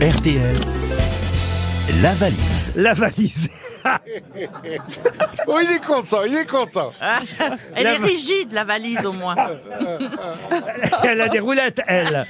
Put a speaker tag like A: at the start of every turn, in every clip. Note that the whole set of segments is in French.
A: RTL, la valise.
B: La valise.
C: Oh, il est content, il est content.
D: Ah.
E: Elle
B: La
E: est
B: va-
E: rigide, la valise, au moins.
B: Elle a des roulettes, elle.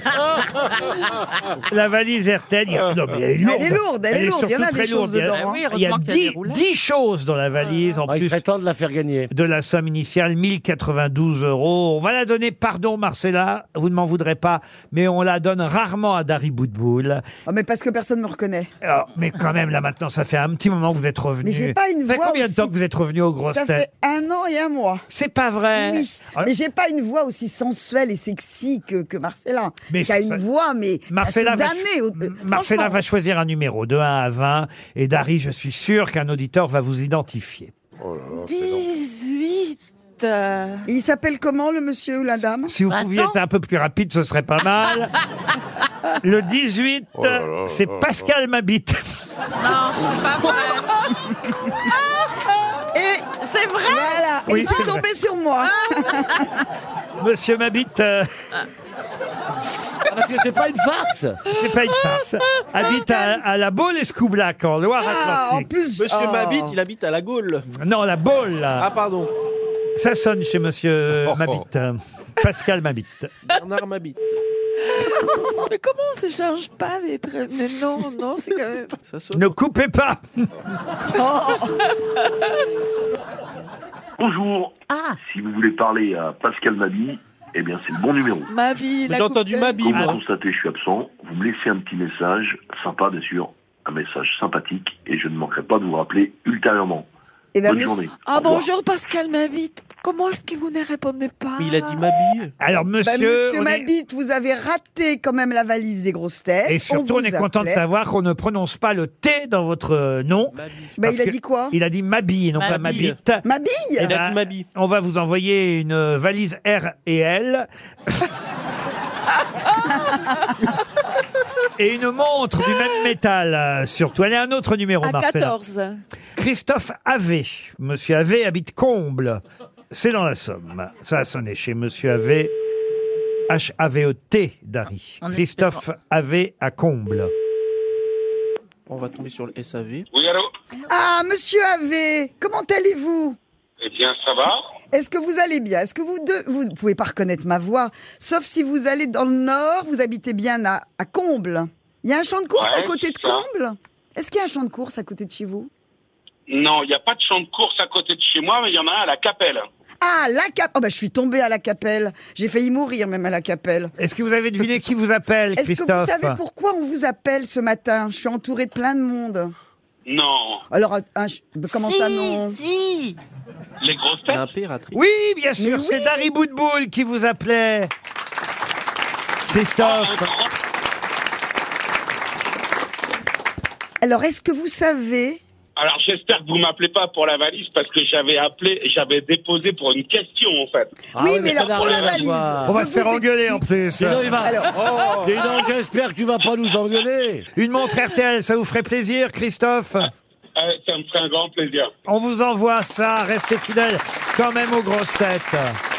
B: La valise RTL. il y a- Non, mais elle est lourde.
F: Elle est lourde, elle est lourde, il y en a
B: surtout très lourde. Il
F: des choses
B: y a-
F: dedans,
E: hein.
B: Il y a
E: Heureusement qu'il y a des
B: 10,
E: roulettes.
B: choses dans la valise, en
G: Ah, il
B: plus
G: serait temps de la faire gagner.
B: de la somme initiale, 1092 euros. On va la donner, pardon Marcella, vous ne m'en voudrez pas, mais on la donne rarement à Dari Boudboul.
F: Oh, mais parce que personne ne me reconnaît.
B: Alors, mais quand même, là maintenant, ça fait un petit moment que vous êtes revenu.
F: Mais j'ai pas une
B: Ça fait
F: voix
B: combien de
F: aussi-
B: temps que vous êtes revenu aux grosses
F: Ça
B: têtes
F: fait un an et un mois.
B: C'est pas vrai. Ah,
F: Oui,
B: Alors,
F: mais j'ai pas une voix aussi sensuelle et sexy que, que Marcella.
B: Mais
F: qui a
B: ça-
F: une voix, mais
B: Marcella
F: à se
B: va,
F: damner,
B: cho-
F: au- euh,
B: Marcella
F: franchement.
B: va choisir un numéro de 1 à 20 et Dari, je suis sûr qu'un auditeur va vous identifier.
H: 18. euh,
F: Et Il s'appelle comment le monsieur ou la dame
B: Si vous
E: Vincent
B: pouviez être un peu plus rapide, ce serait pas mal. Le 18,
C: là là,
B: c'est
C: oh là
B: Pascal Mabit.
E: Non, c'est pas vrai.
F: Et
E: C'est vrai
F: voilà,
B: Oui,
F: et
B: c'est Ah,
F: c'est tombé sur moi.
B: Monsieur Mabit, euh,
G: Ah, Parce que c'est pas une farce.
B: c'est pas une farce, habite à, à la Baule-Escoublac, en
F: Ah, en
B: Loire-Atlantique.
F: plus.
D: Monsieur
F: oh.
D: Mabit, il habite à la Gaule.
B: Non, la Baule, là.
D: Ah, pardon,
B: ça sonne chez Monsieur
C: Oh.
B: Mabit. Pascal Mabit.
D: Bernard Mabit.
H: Mais comment on se change pas des pré- Mais non, non, c'est quand même.
D: Ça sonne.
B: Ne coupez pas
I: Bonjour.
E: Ah.
I: Si vous voulez parler à Pascal Mabi, eh bien c'est le bon numéro.
H: Ma vie. la
D: J'ai entendu
H: coupe-
D: Mabit,
I: Comme vous
D: moi.
I: constatez, je suis absent. Vous me laissez un petit message, sympa bien sûr, un message sympathique, et je ne manquerai pas de vous rappeler ultérieurement.
F: Eh ben,
I: Bonne
F: monsieur-
I: journée. Au
H: Ah
I: revoir.
H: bonjour Pascal Mabit. Comment est-ce que vous ne répondez pas
D: Mais Il a dit Mabit.
B: Alors,
F: bah,
B: monsieur,
F: monsieur
B: on est-
F: Mabit, vous avez raté quand même la valise des grosses têtes.
B: Et surtout, on,
F: vous
B: est content de
F: appelait.
B: savoir qu'on ne prononce pas le T dans votre euh, nom.
D: Mabit.
F: Bah,
B: parce
F: il a
B: que-
F: dit quoi
B: Il a dit Mabi, non pas
D: Mabille.
B: Mabite.
F: Ma
B: Eh
F: bille
D: Il a
H: Ah.
B: ben,
D: dit Mabie.
B: On va vous envoyer une euh, valise R et L. Et une montre du même métal, euh, surtout. Allez, un autre numéro,
H: À
B: Marcella.
H: 14.
B: Christophe Ave. Monsieur Ave habite Comble. C'est dans la Somme. Ça a sonné chez Monsieur Ave. H-A-V-E-T, E Dari.
E: On est
B: Christophe Ave à Comble.
D: On va tomber sur le SAV.
J: Oui, allô
F: Ah, monsieur Ave, comment allez-vous
J: Eh bien, ça va
F: Est-ce que vous allez bien Est-ce que vous deux, vous ne pouvez pas reconnaître ma voix, sauf si vous allez dans le nord, vous habitez bien à, à Comble. Il y a un champ de course à
J: Ouais,
F: côté de
J: c'est ça.
F: Comble Est-ce qu'il y a un champ de course à côté de chez vous
J: Non, il n'y a pas de champ de course à côté de chez moi, mais il y en a un à la Capelle.
F: Ah, la capelle Oh, bah, je suis tombée à la capelle. J'ai failli mourir même à la capelle.
B: Est-ce que vous avez deviné qui vous appelle,
F: Est-ce que vous
B: Christophe
F: savez pourquoi on vous appelle ce matin Je suis entourée de plein de monde.
J: Non.
F: Alors, un- un- comment ça, non
E: Si, si
J: Les grosses têtes
D: L'impératrice.
B: Oui, bien sûr,
F: Mais
B: c'est
F: oui.
B: Dari Boudboul qui vous appelait. Christophe,
F: Alors, est-ce que vous savez
J: Alors, j'espère que vous m'appelez pas pour la valise, parce que j'avais appelé, j'avais déposé pour une question, en fait.
B: Ah
F: Oui,
G: ouais,
F: mais
G: ça
F: alors,
G: n'a
F: pour
G: rien
F: la
G: à
F: valise.
G: voir.
B: on va
F: Je
B: se faire
F: vous
B: engueler en
F: explique.
B: plus.
G: Sinon, il va. Oh.
F: Alors,
G: Dis donc, j'espère que tu vas pas nous engueuler.
B: Une montre RTL, ça vous ferait plaisir, Christophe
J: Euh, ça me ferait un grand plaisir.
B: On vous envoie ça, restez fidèles quand même aux grosses têtes.